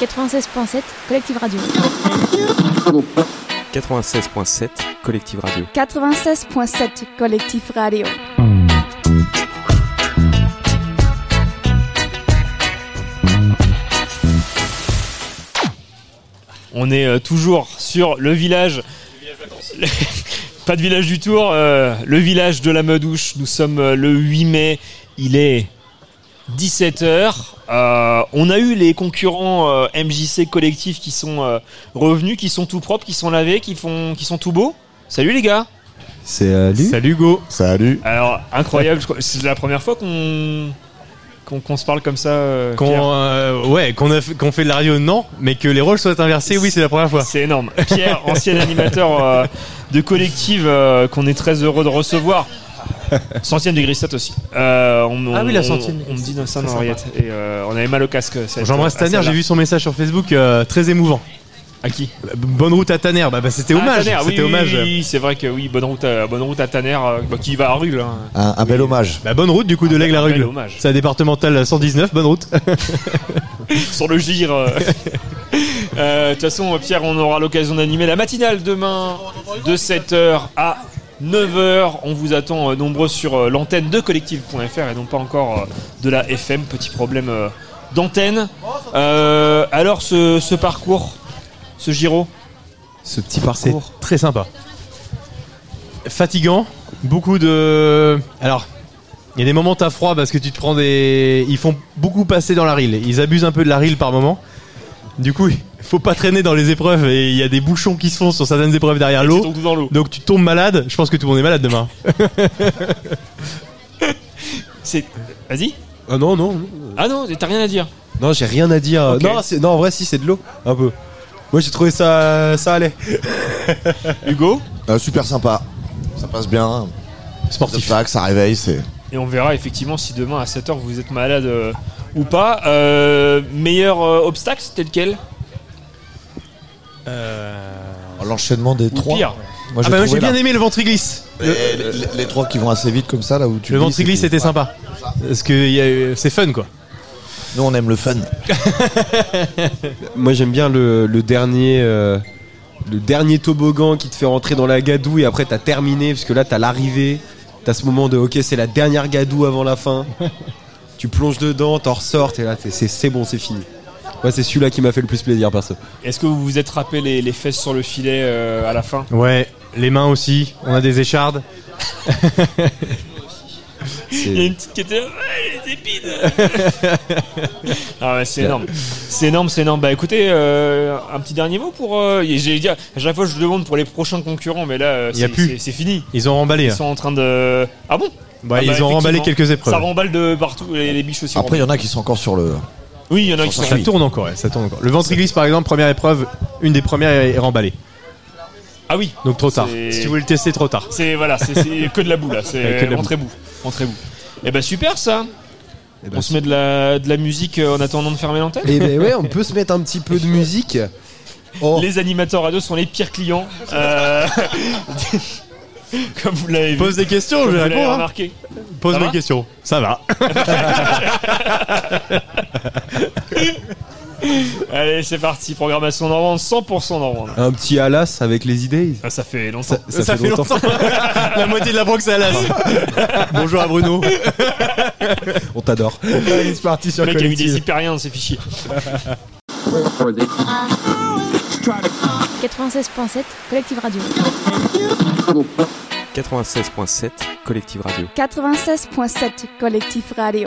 96.7 Collective Radio. 96.7 Collective Radio. 96.7 Collectif Radio. On est euh, toujours sur le village. Pas de village du Tour, euh, le village de la Meudouche. Nous sommes euh, le 8 mai, il est 17h. Euh, on a eu les concurrents euh, MJC collectifs qui sont euh, revenus, qui sont tout propres, qui sont lavés, qui, font, qui sont tout beaux. Salut les gars C'est euh, lui Salut Hugo Salut. Alors, incroyable, je crois- c'est la première fois qu'on qu'on qu'on se parle comme ça. euh, Pierre. Qu'on euh, ouais, qu'on a fait, qu'on fait de la radio, non, mais que les rôles soient inversés, oui, c'est la première fois. C'est énorme. Pierre, ancien animateur euh, de collective euh, qu'on est très heureux de recevoir. Centième du Gristat aussi. Euh, on, Ah oui, la on- centième. On, me dit dans ça C'est dans l'oreillette. Et euh, on avait mal au casque. cette- J'embrasse à Tanner, celle-là. j'ai vu son message sur Facebook, euh, très émouvant. À qui Bah, Bonne route à Tanner, bah, bah, c'était Ah, hommage. Tanner, oui, c'était oui, hommage. oui, oui, c'est vrai que oui, bonne route à, bonne route à Tanner euh, bah, qui va à Rulle. hein. Un, un bel hommage. Bah, bonne route du coup de Un l'aigle à bel rugle. hommage. C'est la départementale 119, bonne route. sur le gire. euh. Euh, De toute façon, Pierre, on aura l'occasion d'animer la matinale demain de 7h à 9h. On vous attend euh, nombreux sur euh, l'antenne de collective.fr et non pas encore euh, de la FM. Petit problème euh, d'antenne. Euh, alors, ce, ce parcours, ce giro Ce petit parcours. Très sympa. Fatigant, beaucoup de. Alors, il y a des moments t'as froid parce que tu te prends des. Ils font beaucoup passer dans la rille. Ils abusent un peu de la rille par moment. Du coup, il faut pas traîner dans les épreuves et il y a des bouchons qui se font sur certaines épreuves derrière tu l'eau. tombes tout dans l'eau. Donc tu tombes malade. Je pense que tout le monde est malade demain. C'est... Vas-y. Ah non, non. Ah non, t'as rien à dire. Non, j'ai rien à dire. Ok. Non, c'est- non, en vrai, si, c'est de l'eau. Un peu. Moi, j'ai trouvé ça, ça allait. Hugo Euh, super sympa. Ça passe bien. Ça Sportif. tac, ça réveille, c'est. Et on verra effectivement si demain à 7h vous êtes malade euh, ou pas. Euh, meilleur euh, obstacle, c'était lequel L'enchaînement des Ou trois. pire Moi, Ah bah moi trouvé j'ai bien là. aimé le ventriglisse. Les, les- les trois qui vont assez vite comme ça, là où tu. Le dis, ventriglisse c'était sympa. Parce que il y a eu- c'est fun quoi. Nous, on aime le fun. Moi, j'aime bien le, le dernier. euh, Le dernier toboggan qui te fait rentrer dans la gadoue et après t'as terminé parce que là t'as l'arrivée, t'as ce moment de ok c'est la dernière gadoue avant la fin, tu plonges dedans, t'en ressors et là t'es- c'est c'est bon c'est fini. Ouais c'est celui-là qui m'a fait le plus plaisir perso. Est-ce que vous vous êtes râpé les, les fesses sur le filet euh, à la fin Ouais. Les mains aussi. On a des échardes. Il y a une petite qui était. Ouais, les épines Ah ouais, c'est énorme. C'est énorme, c'est énorme. Bah écoutez, euh, un petit dernier mot pour. euh, et J'allais dire, à chaque fois je demande pour les prochains concurrents, mais là, euh, Y a c'est- plus. c'est c'est fini. Ils ont remballé. Ils sont en train de. Ah bon Bah, Ah ils ont remballé effectivement. quelques épreuves. Ça remballe de partout, les, les biches aussi. Après, il y remballent. en a qui sont encore sur le. Oui, il y en a qui sont. Ça tourne encore, ouais, ça tourne encore. Le ventriglisse, par exemple, première épreuve, une des premières est est remballée. Ah oui, Donc trop tard. C'est- Si tu veux le tester, trop tard. C'est voilà, c'est c'est que de la boue là, Ouais, que c'est de la boue. rentrez boue, rentrez boue. Et bah super ça. Eh ben, On se met de la, de la musique euh, en attendant de fermer l'antenne. Et ben ouais, on peut se mettre un petit peu de musique. Oh. Les animateurs radio sont les pires clients. Euh, Comme vous l'avez vu. Pose des questions, Comme je vous l'avez réponds. hein. remarqué. Pose Ça des va questions. Ça va. Allez, c'est parti. Programmation normande, 100% normande. Un petit alas avec les idées. Ah, ça fait longtemps. Ça, ça fait, longtemps. la moitié de la Bronx est à l'as. Bonjour à Bruno. On t'adore. C'est parti sur Le mec a eu des hyperiens, c'est fichier. 96.7 Collective Radio. 96.7 Collective Radio. 96.7 Collectif Radio.